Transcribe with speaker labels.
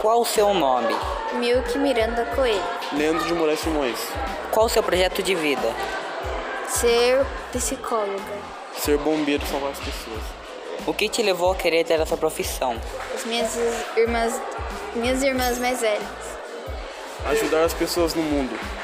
Speaker 1: Qual o seu nome?
Speaker 2: Milk Miranda Coelho.
Speaker 3: Leandro de Moraes Simões.
Speaker 1: Qual o seu projeto de vida?
Speaker 2: Ser psicóloga.
Speaker 3: Ser bombeiro salvar as pessoas.
Speaker 1: O que te levou a querer ter essa profissão?
Speaker 2: As minhas irmãs, minhas irmãs mais velhas.
Speaker 3: Ajudar as pessoas no mundo.